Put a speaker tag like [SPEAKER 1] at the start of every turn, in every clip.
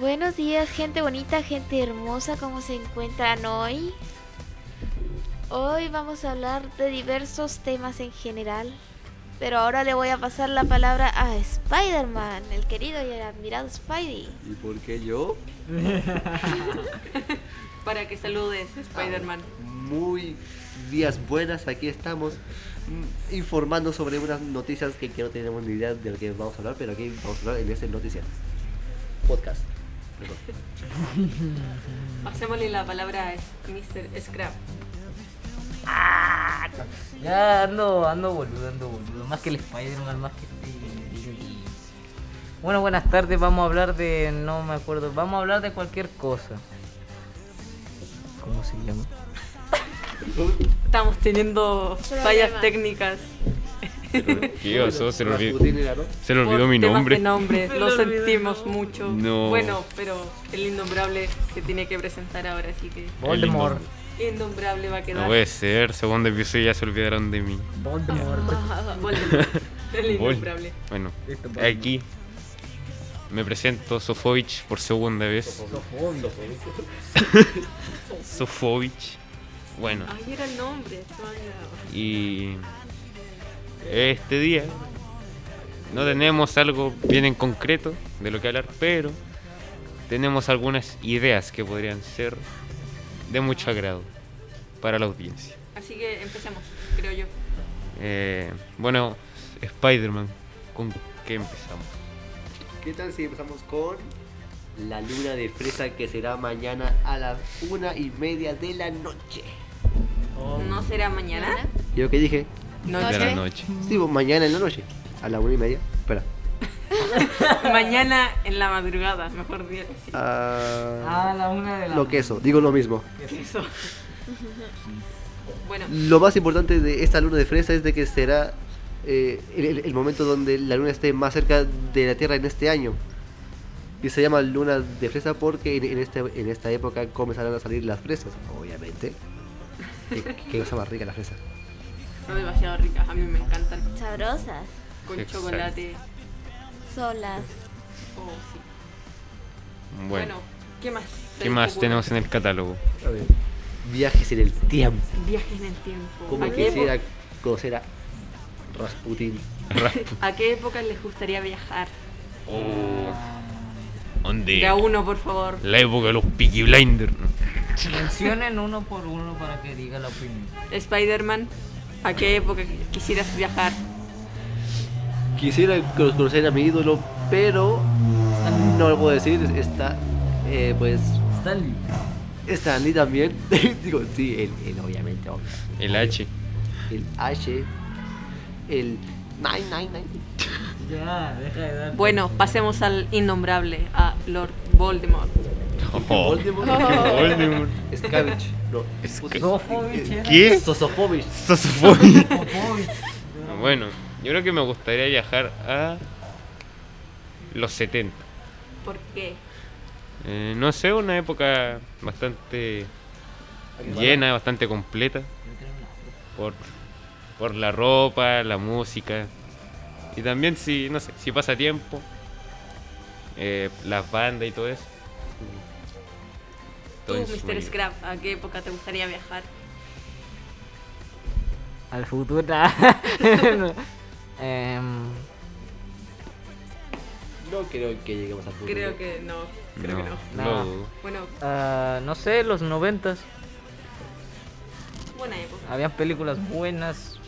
[SPEAKER 1] Buenos días, gente bonita, gente hermosa, ¿cómo se encuentran hoy? Hoy vamos a hablar de diversos temas en general, pero ahora le voy a pasar la palabra a Spider-Man, el querido y el admirado Spidey.
[SPEAKER 2] ¿Y por qué yo?
[SPEAKER 3] Para que
[SPEAKER 4] Ah,
[SPEAKER 3] saludes, Spider-Man.
[SPEAKER 2] Muy días buenas, aquí estamos mm, informando sobre unas noticias que, que no tenemos ni idea de lo que vamos a hablar, pero aquí vamos a hablar en ese noticias. Podcast. Perdón.
[SPEAKER 3] Pasémosle la palabra a Mr. Scrap.
[SPEAKER 4] Ya ando, ando boludo, ando boludo. Más que el Spider-Man, más que este. Bueno, buenas tardes. Vamos a hablar de. No me acuerdo. Vamos a hablar de cualquier cosa. ¿Cómo se llama?
[SPEAKER 3] Estamos teniendo fallas
[SPEAKER 1] Problemas.
[SPEAKER 3] técnicas.
[SPEAKER 5] Qué oso, se le
[SPEAKER 2] Rasputin
[SPEAKER 5] olvidó,
[SPEAKER 2] era, ¿no?
[SPEAKER 5] se le olvidó
[SPEAKER 3] por
[SPEAKER 5] mi
[SPEAKER 3] temas
[SPEAKER 5] nombre.
[SPEAKER 3] de nombre,
[SPEAKER 4] Se
[SPEAKER 3] lo
[SPEAKER 4] le olvidó el
[SPEAKER 3] sentimos
[SPEAKER 4] nombre.
[SPEAKER 3] mucho.
[SPEAKER 5] No.
[SPEAKER 3] Bueno, pero el innombrable se tiene que presentar ahora, así que
[SPEAKER 4] Voldemort.
[SPEAKER 3] innombrable va a quedar.
[SPEAKER 5] No puede ser, segundo episodio ya se olvidaron de mí.
[SPEAKER 4] Voldemort.
[SPEAKER 3] Voldemort. El
[SPEAKER 5] Vol-
[SPEAKER 3] innombrable.
[SPEAKER 5] Bueno, aquí me presento Sofovich por segunda vez. Sofovich. Bueno,
[SPEAKER 3] Ay, era el nombre. se me olvidaba.
[SPEAKER 5] y este día no tenemos algo bien en concreto de lo que hablar, pero tenemos algunas ideas que podrían ser de mucho agrado para la audiencia.
[SPEAKER 3] Así que empecemos, creo yo.
[SPEAKER 5] Eh, bueno, Spider-Man, ¿con qué empezamos?
[SPEAKER 2] ¿Qué tal si empezamos con la luna de fresa que será mañana a las una y media de la noche?
[SPEAKER 3] ¿No será mañana?
[SPEAKER 2] ¿Yo qué dije?
[SPEAKER 3] No,
[SPEAKER 5] De
[SPEAKER 1] Noche.
[SPEAKER 5] la noche.
[SPEAKER 2] Sí, pues, mañana en la noche. A la una y media. Espera.
[SPEAKER 3] mañana en la madrugada, mejor día. sí.
[SPEAKER 2] Ah,
[SPEAKER 4] Ah, la una de la.
[SPEAKER 2] lo que eso, digo lo mismo.
[SPEAKER 3] Eso. Bueno,
[SPEAKER 2] Lo más importante de esta luna de fresa es de que será eh, el, el- el momento donde la luna esté más cerca de la Tierra en este año. Y se llama luna de fresa porque en, en este, en esta época comenzarán a salir las fresas, obviamente. Qué, qué cosa más rica la fresa.
[SPEAKER 3] son demasiado ricas, a mí me encantan.
[SPEAKER 1] Sabrosas,
[SPEAKER 3] Con
[SPEAKER 5] Exacto.
[SPEAKER 3] chocolate.
[SPEAKER 1] solas.
[SPEAKER 3] Oh, sí.
[SPEAKER 5] Bueno,
[SPEAKER 3] Bueno, ¿qué más?
[SPEAKER 5] ¿qué más tenemos en el catálogo?
[SPEAKER 2] A ver, Viajes en el tiempo.
[SPEAKER 3] Viajes en el tiempo.
[SPEAKER 2] Como
[SPEAKER 3] ¿A qué,
[SPEAKER 2] quisiera conocer a Rasputin.
[SPEAKER 3] epo- a qué época les gustaría viajar?
[SPEAKER 5] Oh,
[SPEAKER 3] De a
[SPEAKER 5] ¿Dónde?
[SPEAKER 3] uno, por favor.
[SPEAKER 5] La época de los Peaky Blinders.
[SPEAKER 4] Mencionen uno por uno para que diga la opinión.
[SPEAKER 3] Spider-Man, ¿a qué época quisieras viajar?
[SPEAKER 2] Quisiera co- conocer a mi ídolo, pero no lo puedo decir. Está, eh, pues,
[SPEAKER 4] Stanley.
[SPEAKER 2] Stanley también. Digo, sí, él, él obviamente, obvio.
[SPEAKER 5] El H.
[SPEAKER 2] El H, el 999.
[SPEAKER 4] Ya, deja de dar.
[SPEAKER 3] Bueno, pasemos al innombrable, a Lord Voldemort.
[SPEAKER 5] Oh,
[SPEAKER 2] Voldemort.
[SPEAKER 5] Voldemort.
[SPEAKER 2] Scavenge. No,
[SPEAKER 5] Sca-
[SPEAKER 4] Sofovich era-
[SPEAKER 5] ¿Qué?
[SPEAKER 2] Sosofovich.
[SPEAKER 5] Sosofobia.
[SPEAKER 4] Sofovich.
[SPEAKER 5] Bueno, yo creo que me gustaría viajar a los 70.
[SPEAKER 3] ¿Por qué?
[SPEAKER 5] Eh, no sé, una época bastante llena, bastante completa. por, por la ropa, la música. Y también si, no sé, si pasa tiempo, eh, las bandas y todo eso.
[SPEAKER 3] Tú,
[SPEAKER 5] Todo en su
[SPEAKER 3] Mr.
[SPEAKER 5] mayoría.
[SPEAKER 3] Scrap, ¿a qué época te gustaría viajar?
[SPEAKER 4] Al futuro. Em,
[SPEAKER 2] No creo que lleguemos a futuro.
[SPEAKER 3] Creo que no, creo que no.
[SPEAKER 5] No,
[SPEAKER 4] No.
[SPEAKER 5] lo dudo.
[SPEAKER 3] Bueno,
[SPEAKER 4] ah, no sé, los noventas.
[SPEAKER 3] buena época.
[SPEAKER 4] Habían películas buenas,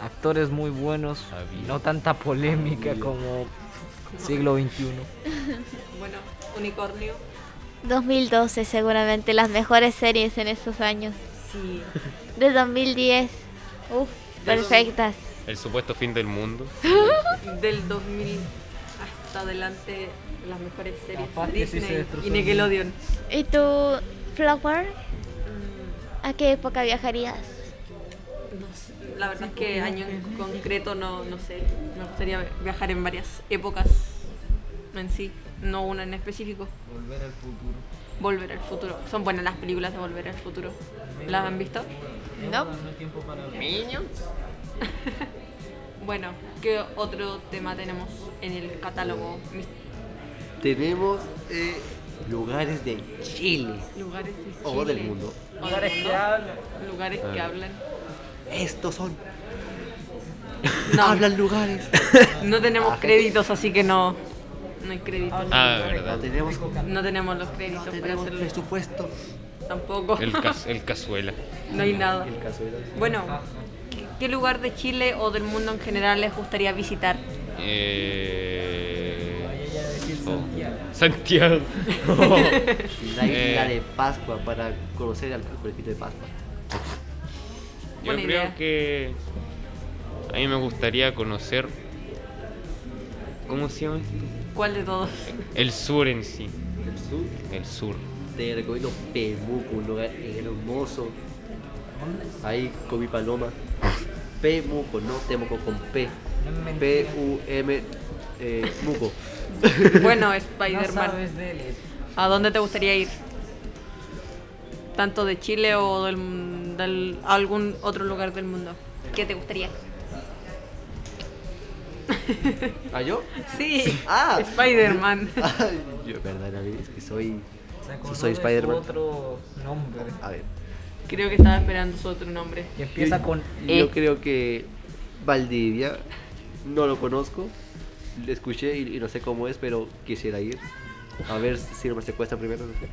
[SPEAKER 4] actores muy buenos,
[SPEAKER 5] Había.
[SPEAKER 4] no tanta polémica como siglo XXI.
[SPEAKER 3] Bueno, unicornio.
[SPEAKER 1] 2012 seguramente, las mejores series en estos años.
[SPEAKER 3] Sí.
[SPEAKER 1] De 2010. Uf, perfectas.
[SPEAKER 5] El supuesto fin del mundo.
[SPEAKER 3] Del 2000 hasta adelante, las mejores series.
[SPEAKER 4] Capaz que sí se
[SPEAKER 3] Disney
[SPEAKER 4] destrozó
[SPEAKER 3] y
[SPEAKER 4] el
[SPEAKER 3] Nickelodeon.
[SPEAKER 1] ¿Y tú, Flower? ¿A qué época viajarías?
[SPEAKER 3] No sé, La verdad es que año en concreto no, no sé. Me gustaría viajar en varias épocas en sí, no una en específico.
[SPEAKER 4] Volver al futuro.
[SPEAKER 3] Volver al futuro. Son buenas las películas de Volver al futuro. ¿Las han visto?
[SPEAKER 1] No.
[SPEAKER 4] tiempo para
[SPEAKER 3] Bueno, ¿qué otro tema tenemos en el catálogo? Mis-
[SPEAKER 2] Tenemos eh, Lugares de Chile.
[SPEAKER 3] Lugares de Chile.
[SPEAKER 2] O del mundo.
[SPEAKER 4] Lugares que hablan.
[SPEAKER 3] Lugares que
[SPEAKER 5] Ah.
[SPEAKER 3] hablan.
[SPEAKER 2] Estos son.
[SPEAKER 3] No.
[SPEAKER 2] Hablan lugares.
[SPEAKER 3] No tenemos
[SPEAKER 2] Ah,
[SPEAKER 3] créditos, así que no. No hay créditos.
[SPEAKER 5] Ah,
[SPEAKER 2] No
[SPEAKER 5] verdad.
[SPEAKER 2] tenemos, no
[SPEAKER 3] No tenemos los créditos para
[SPEAKER 2] tenemos
[SPEAKER 3] hacerlo.
[SPEAKER 2] presupuesto.
[SPEAKER 3] Tampoco.
[SPEAKER 5] El, cas- el cazuela.
[SPEAKER 3] No hay nada.
[SPEAKER 2] El caso era-
[SPEAKER 3] Bueno, ¿qué- ¿qué lugar de Chile o del mundo en general les gustaría visitar?
[SPEAKER 5] Eh... oh, Santiago. Oh.
[SPEAKER 2] La isla
[SPEAKER 5] Eh.
[SPEAKER 2] de Pascua para conocer al al conejito de Pascua.
[SPEAKER 5] Yo
[SPEAKER 3] Buena
[SPEAKER 5] creo
[SPEAKER 3] idea.
[SPEAKER 5] que a mí me gustaría conocer ¿Cómo se llama? este?
[SPEAKER 3] ¿Cuál de todos?
[SPEAKER 5] El sur en sí,
[SPEAKER 2] El sur.
[SPEAKER 5] el sur.
[SPEAKER 2] Te recomiendo Pemuco, un lugar hermoso. Ahí con mi paloma. Pemuco, no Temuco con P.
[SPEAKER 4] No es mentira.
[SPEAKER 2] P-U-M eh, Muco.
[SPEAKER 3] Bueno,
[SPEAKER 4] No
[SPEAKER 3] Spider-Man,
[SPEAKER 4] sabes de él.
[SPEAKER 3] ¿a dónde te gustaría ir? ¿Tanto de Chile o del, del- algún otro lugar del mundo? ¿Qué te gustaría?
[SPEAKER 2] ¿Ah, yo?
[SPEAKER 3] Sí,
[SPEAKER 2] Ah.
[SPEAKER 3] Spider-Man.
[SPEAKER 2] Ay, yo, perdóname, es que soy.
[SPEAKER 4] Se acordó
[SPEAKER 2] Soy
[SPEAKER 4] de su
[SPEAKER 2] Spider-Man.
[SPEAKER 4] otro nombre.
[SPEAKER 2] A ver.
[SPEAKER 3] Creo que estaba esperando su otro nombre.
[SPEAKER 4] Que empieza con E.
[SPEAKER 2] Yo creo que Valdivia, no lo conozco, lo escuché y, y no sé cómo es, pero quisiera ir. A ver si no me secuestran primero. no sé.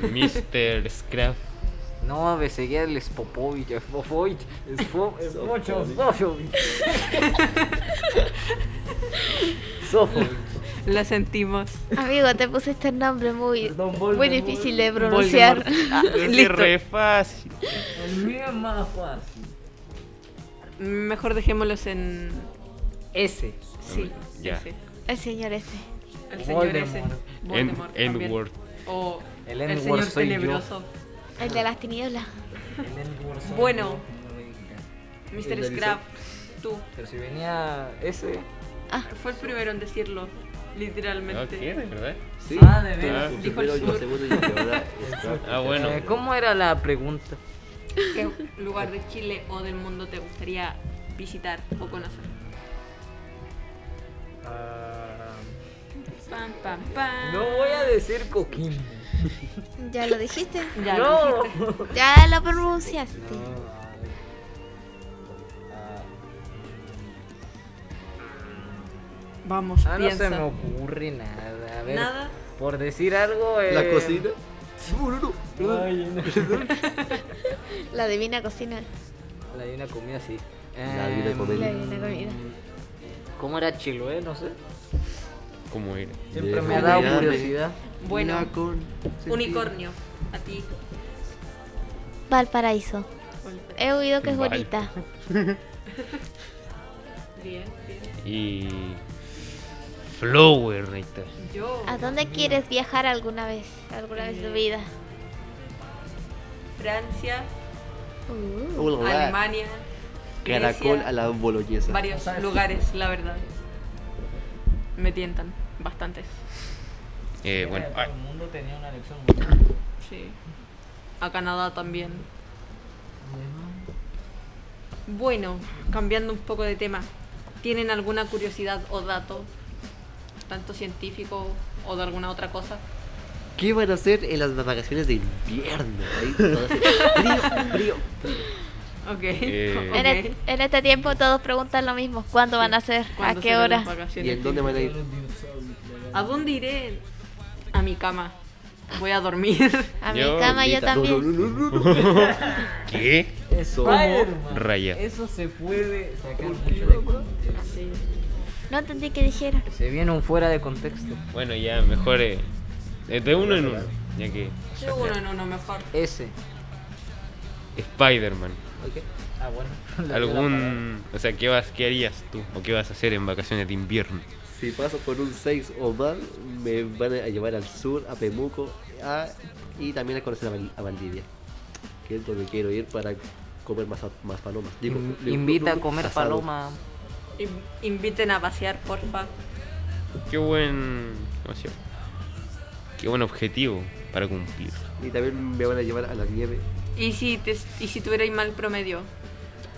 [SPEAKER 4] pues,
[SPEAKER 5] Bueno, Mr. Scrap.
[SPEAKER 4] No, me seguía el Spopovich, Spopovich, Spo- Spocho, Spopovich. Spopovich.
[SPEAKER 3] La sentimos.
[SPEAKER 1] Amigo, te puse este nombre muy,
[SPEAKER 4] Perdón,
[SPEAKER 1] muy
[SPEAKER 4] Voldemort.
[SPEAKER 1] difícil de pronunciar.
[SPEAKER 3] Voldemort. Ah,
[SPEAKER 5] Es
[SPEAKER 3] listo.
[SPEAKER 5] re fácil.
[SPEAKER 4] El mío es más fácil.
[SPEAKER 3] Mejor dejémoslos en.
[SPEAKER 4] S.
[SPEAKER 3] Sí,
[SPEAKER 5] Ya.
[SPEAKER 3] ese.
[SPEAKER 1] El señor ese.
[SPEAKER 3] El señor
[SPEAKER 4] Voldemort.
[SPEAKER 3] ese.
[SPEAKER 5] End-
[SPEAKER 3] Voldemort también.
[SPEAKER 5] Endward.
[SPEAKER 3] O
[SPEAKER 4] El
[SPEAKER 3] el,
[SPEAKER 4] N-word
[SPEAKER 3] señor
[SPEAKER 4] soy yo.
[SPEAKER 3] tenebroso.
[SPEAKER 1] El de las tinieblas.
[SPEAKER 4] El N-word soy
[SPEAKER 3] Bueno.
[SPEAKER 4] yo, no me digas.
[SPEAKER 3] Mr.
[SPEAKER 2] El de
[SPEAKER 3] Scrap, tú.
[SPEAKER 4] Pero si venía S.
[SPEAKER 3] Fue el primero en decirlo,
[SPEAKER 5] Ah,
[SPEAKER 3] literalmente.
[SPEAKER 5] ¿qué? ¿De verdad?
[SPEAKER 2] Sí,
[SPEAKER 4] Ah, de
[SPEAKER 2] tú-
[SPEAKER 4] veras.
[SPEAKER 2] tú
[SPEAKER 3] Dijo el
[SPEAKER 2] primero, yo
[SPEAKER 3] sur.
[SPEAKER 2] segundo y ahora es claro.
[SPEAKER 5] Ah, bueno.
[SPEAKER 4] Eh, ¿Cómo era la pregunta?
[SPEAKER 3] ¿Qué lugar de Chile o del mundo te gustaría visitar o conocer? Pam, pam, pam.
[SPEAKER 4] no voy a decir Coquimbo.
[SPEAKER 1] Ya lo dijiste.
[SPEAKER 3] Ya
[SPEAKER 4] no.
[SPEAKER 3] lo dijiste.
[SPEAKER 1] Ya lo pronunciaste.
[SPEAKER 4] No, a ver. Ah,
[SPEAKER 3] Vamos,
[SPEAKER 4] Ah, no
[SPEAKER 3] piensa.
[SPEAKER 4] se me ocurre nada. A ver,
[SPEAKER 3] Nada.
[SPEAKER 4] por decir algo. eh,
[SPEAKER 2] La cocina. No, no, no, perdón.
[SPEAKER 4] Ay, no.
[SPEAKER 1] La divina cocina.
[SPEAKER 4] La divina comida, sí.
[SPEAKER 2] La divina
[SPEAKER 4] Em,
[SPEAKER 2] comida.
[SPEAKER 1] La divina comida.
[SPEAKER 4] ¿Cómo era Chiloé? No sé.
[SPEAKER 5] ¿Cómo era?
[SPEAKER 4] Siempre
[SPEAKER 2] Déjame
[SPEAKER 4] me ha dado
[SPEAKER 2] mirarme.
[SPEAKER 4] curiosidad.
[SPEAKER 3] Bueno,
[SPEAKER 2] Una con sentido.
[SPEAKER 3] unicornio. A ti.
[SPEAKER 1] Valparaíso.
[SPEAKER 3] Eh.
[SPEAKER 1] He oído que es
[SPEAKER 5] Val.
[SPEAKER 1] bonita.
[SPEAKER 3] Bien, bien.
[SPEAKER 5] Y. Flower, ahí está.
[SPEAKER 3] Yo.
[SPEAKER 1] ¿A dónde quieres viajar alguna vez? ¿Alguna vez de tu vida?
[SPEAKER 3] Francia,
[SPEAKER 1] Uh,
[SPEAKER 2] Hola, hola.
[SPEAKER 3] Alemania.
[SPEAKER 2] Caracol
[SPEAKER 3] Grecia,
[SPEAKER 2] a la boloñesa.
[SPEAKER 3] Varios lugares, la verdad. Me tientan bastantes.
[SPEAKER 5] Eh, bueno, ah,
[SPEAKER 4] mundo tenía una lección
[SPEAKER 3] Sí. A Canadá también. Bueno, cambiando un poco de tema, ¿tienen alguna curiosidad o dato, tanto científico o de alguna otra cosa?
[SPEAKER 2] ¿Qué van a hacer en las vacaciones de invierno? Ahí todo hace frío, frío.
[SPEAKER 3] Ok.
[SPEAKER 5] Eh,
[SPEAKER 1] en, et- en este tiempo todos preguntan lo mismo. ¿Cuándo van a ser? ¿A
[SPEAKER 3] ¿Cuándo
[SPEAKER 1] qué
[SPEAKER 3] serán
[SPEAKER 1] hora?
[SPEAKER 3] las vacaciones?
[SPEAKER 2] ¿Y en dónde van a ir?
[SPEAKER 3] ¿A dónde iré? A mi cama. Voy a dormir.
[SPEAKER 1] A mi
[SPEAKER 5] Yo,
[SPEAKER 1] cama yo
[SPEAKER 5] Lita.
[SPEAKER 1] también.
[SPEAKER 2] No, no, no, no, no.
[SPEAKER 5] ¿qué?
[SPEAKER 2] Eso.
[SPEAKER 4] Spider-Man.
[SPEAKER 5] Raya.
[SPEAKER 4] Eso se puede sacar mucho de contexto.
[SPEAKER 1] No entendí que dijera.
[SPEAKER 4] Se viene un fuera de contexto.
[SPEAKER 5] Bueno, ya, mejor. Eh, eh, de uno en uno. Ya que.
[SPEAKER 3] De uno en uno mejor.
[SPEAKER 4] S.
[SPEAKER 5] Spider-Man.
[SPEAKER 4] Ah, bueno. La-
[SPEAKER 5] ¿Algún. O sea, ¿qué, vas, ¿qué harías tú? ¿O qué vas a hacer en vacaciones de invierno?
[SPEAKER 2] Si paso por un 6 o más, me van a llevar al sur, a Pemuco a- y también a conocer a, Val- a Valdivia, que es donde quiero ir para comer más, más palomas. Digo,
[SPEAKER 4] In-
[SPEAKER 2] digo,
[SPEAKER 4] invita a
[SPEAKER 2] no,
[SPEAKER 4] comer
[SPEAKER 2] asado.
[SPEAKER 4] paloma.
[SPEAKER 3] In- Inviten a pasear, porfa.
[SPEAKER 5] Qué buen. ¿Cómo se llama? Qué buen objetivo para cumplir.
[SPEAKER 2] Y también me van a llevar a la nieve.
[SPEAKER 3] ¿Y si, te, y si tuvierais mal promedio?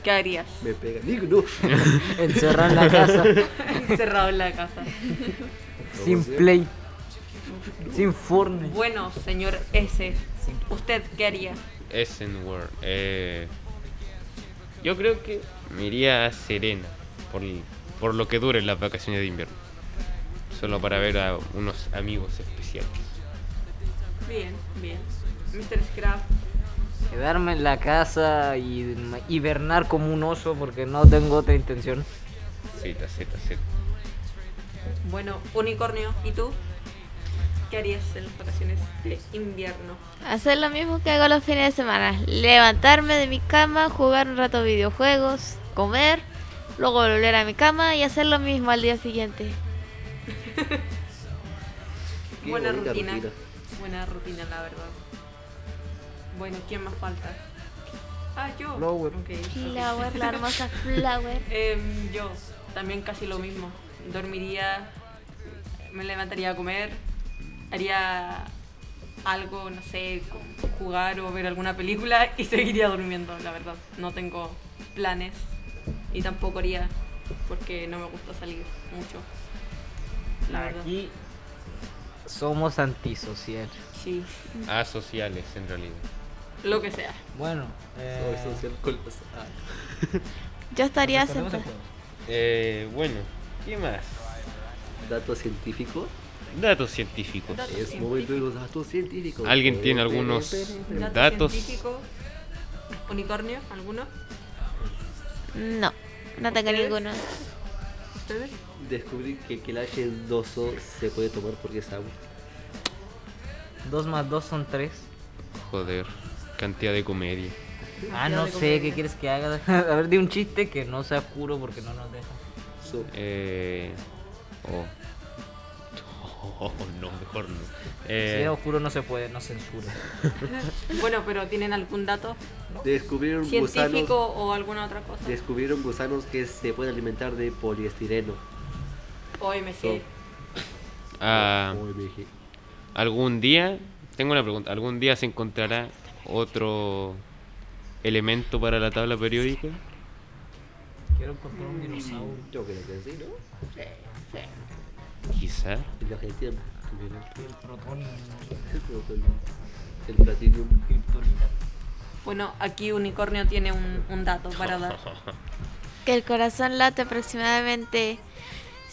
[SPEAKER 3] ¿Qué harías?
[SPEAKER 2] Me pega. Digo, no.
[SPEAKER 4] Encerrar en la casa,
[SPEAKER 3] Cerrado en la casa.
[SPEAKER 4] sin play, sin forne.
[SPEAKER 3] Bueno, señor S. ¿Usted qué haría?
[SPEAKER 5] Essen World. Eh, yo creo que me iría a Serena por, por lo que duren las vacaciones de invierno. Solo para ver a unos amigos especiales.
[SPEAKER 3] Bien, bien. Mr. Scrap.
[SPEAKER 4] Quedarme en la casa y hibernar como un oso porque no tengo otra intención.
[SPEAKER 5] Z, Z, Z.
[SPEAKER 3] Bueno, unicornio. ¿Y tú? ¿Qué harías en las vacaciones de invierno?
[SPEAKER 1] Hacer lo mismo que hago los fines de semana. Levantarme de mi cama, jugar un rato videojuegos, comer, luego volver a mi cama y hacer lo mismo al día siguiente.
[SPEAKER 2] Qué
[SPEAKER 3] Buena
[SPEAKER 2] bonita
[SPEAKER 3] rutina.
[SPEAKER 2] rutina.
[SPEAKER 3] Buena rutina, la verdad. Bueno, ¿quién más falta? Ah, yo.
[SPEAKER 2] Flower.
[SPEAKER 3] Ok, ok.
[SPEAKER 1] Flower, la hermosa Flower.
[SPEAKER 3] Em, yo también casi lo mismo. Dormiría, me levantaría a comer, haría algo, no sé, co- jugar o ver alguna película y seguiría durmiendo, la verdad. No tengo planes y tampoco haría porque no me gusta salir mucho. La verdad.
[SPEAKER 4] Aquí somos antisociales.
[SPEAKER 3] Sí,
[SPEAKER 5] Asociales en realidad.
[SPEAKER 3] lo que sea.
[SPEAKER 4] Bueno, eh,
[SPEAKER 2] Soy social con las- ah.
[SPEAKER 1] Yo estaría
[SPEAKER 4] recordemos el
[SPEAKER 1] sentada.
[SPEAKER 4] juego.
[SPEAKER 5] Eh, bueno, ¿qué más?
[SPEAKER 2] Datos científicos.
[SPEAKER 5] Datos científicos. Eh,
[SPEAKER 3] Datos
[SPEAKER 2] Es momento de los datos científicos. Eh,
[SPEAKER 5] ¿Alguien tiene
[SPEAKER 2] Pere,
[SPEAKER 5] algunos
[SPEAKER 2] pere, pere, pere.
[SPEAKER 5] datos?
[SPEAKER 3] científico, unicornio, alguno,
[SPEAKER 1] No, no tengo
[SPEAKER 3] ¿Ustedes?
[SPEAKER 1] ninguno.
[SPEAKER 3] ustedes.
[SPEAKER 2] Descubrí que, que el H2O se puede tomar porque es agua.
[SPEAKER 4] Dos más dos son tres.
[SPEAKER 5] Joder, cantidad de comedia.
[SPEAKER 4] Ah, no sé, ¿qué quieres que haga? A ver, di un chiste que no sea oscuro porque no nos dejan.
[SPEAKER 2] So,
[SPEAKER 5] Eh, oh. Oh, no, mejor no.
[SPEAKER 4] Si
[SPEAKER 5] Eh,
[SPEAKER 4] es oscuro no se puede, no censura.
[SPEAKER 3] Bueno, pero ¿tienen algún dato
[SPEAKER 2] descubrieron
[SPEAKER 3] científico
[SPEAKER 2] gusanos.
[SPEAKER 3] o alguna otra cosa?
[SPEAKER 2] Descubrieron gusanos que se pueden alimentar de poliestireno.
[SPEAKER 3] OMC.
[SPEAKER 5] ah,
[SPEAKER 2] OMG.
[SPEAKER 5] algún día, tengo una pregunta, ¿algún día se encontrará otro elemento para la tabla periódica?
[SPEAKER 4] Quiero encontrar un dinosaurio.
[SPEAKER 2] Yo creo Mm, que sí, ¿no?
[SPEAKER 5] Quizá.
[SPEAKER 2] El argentino. Tuvieron
[SPEAKER 4] El protonio,
[SPEAKER 2] el protonio, El platinum.
[SPEAKER 4] kriptonita.
[SPEAKER 3] Bueno, aquí Unicornio tiene un, un dato para dar.
[SPEAKER 1] Que el corazón late aproximadamente